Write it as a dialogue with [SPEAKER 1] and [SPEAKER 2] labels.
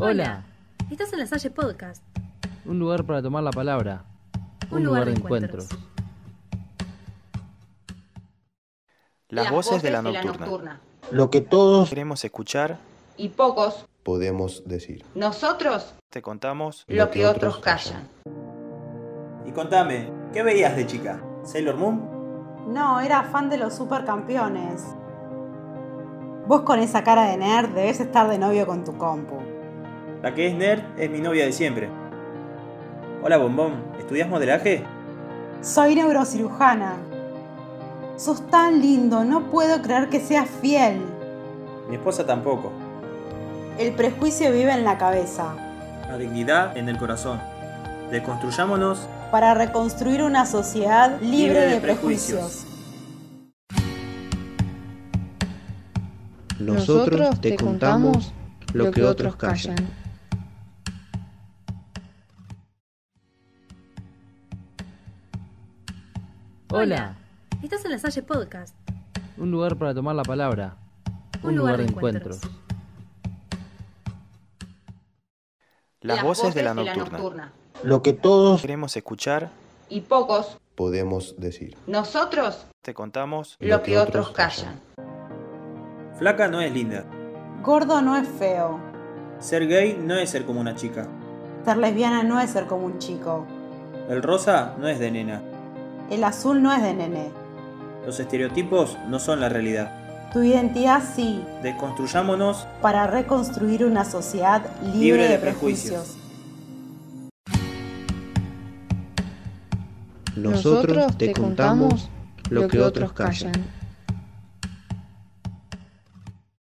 [SPEAKER 1] Hola.
[SPEAKER 2] Estás en la Salle Podcast,
[SPEAKER 1] un lugar para tomar la palabra.
[SPEAKER 2] un, lugar, de encuentros.
[SPEAKER 3] Las, voces, de la nocturna.
[SPEAKER 4] Lo que todos
[SPEAKER 3] Queremos escuchar,
[SPEAKER 5] Y pocos,
[SPEAKER 6] podemos decir.
[SPEAKER 5] nosotros,
[SPEAKER 3] te contamos.
[SPEAKER 5] lo que otros callan.
[SPEAKER 7] Y contame, ¿qué veías de chica? ¿Sailor Moon?
[SPEAKER 8] No, era fan de los supercampeones. Vos con esa cara de nerd debes estar de novio con tu compu.
[SPEAKER 7] La que es nerd es mi novia de siempre. Hola, bombón. ¿Estudias modelaje?
[SPEAKER 8] Soy neurocirujana. Sos tan lindo, no puedo creer que seas fiel.
[SPEAKER 7] Mi esposa tampoco.
[SPEAKER 8] El prejuicio vive en la cabeza.
[SPEAKER 7] La dignidad en el corazón. Desconstruyámonos.
[SPEAKER 8] Para reconstruir una sociedad libre,
[SPEAKER 7] Libre
[SPEAKER 8] de,
[SPEAKER 7] de
[SPEAKER 8] prejuicios.
[SPEAKER 7] prejuicios.
[SPEAKER 4] nosotros te contamos lo que otros callan.
[SPEAKER 1] Hola.
[SPEAKER 2] Estás en la Salle Podcast,
[SPEAKER 1] Un lugar para tomar la palabra.
[SPEAKER 2] un, lugar, de encuentros.
[SPEAKER 3] Las, voces, de la nocturna.
[SPEAKER 4] lo que todos
[SPEAKER 3] Queremos escuchar,
[SPEAKER 5] Y pocos,
[SPEAKER 6] Podemos decir.
[SPEAKER 5] nosotros,
[SPEAKER 3] te contamos.
[SPEAKER 5] lo que otros callan.
[SPEAKER 7] Flaca no es linda.
[SPEAKER 8] Gordo no es feo.
[SPEAKER 7] Ser gay no es ser como una chica.
[SPEAKER 8] Ser lesbiana no es ser como un chico.
[SPEAKER 7] El rosa no es de nena.
[SPEAKER 8] El azul no es de nene.
[SPEAKER 7] Los estereotipos no son la realidad.
[SPEAKER 8] Tu identidad sí,
[SPEAKER 7] Desconstruyámonos.
[SPEAKER 8] para reconstruir una sociedad libre,
[SPEAKER 7] Libre
[SPEAKER 8] de,
[SPEAKER 7] de
[SPEAKER 8] prejuicios.
[SPEAKER 4] nosotros te contamos lo que otros callan.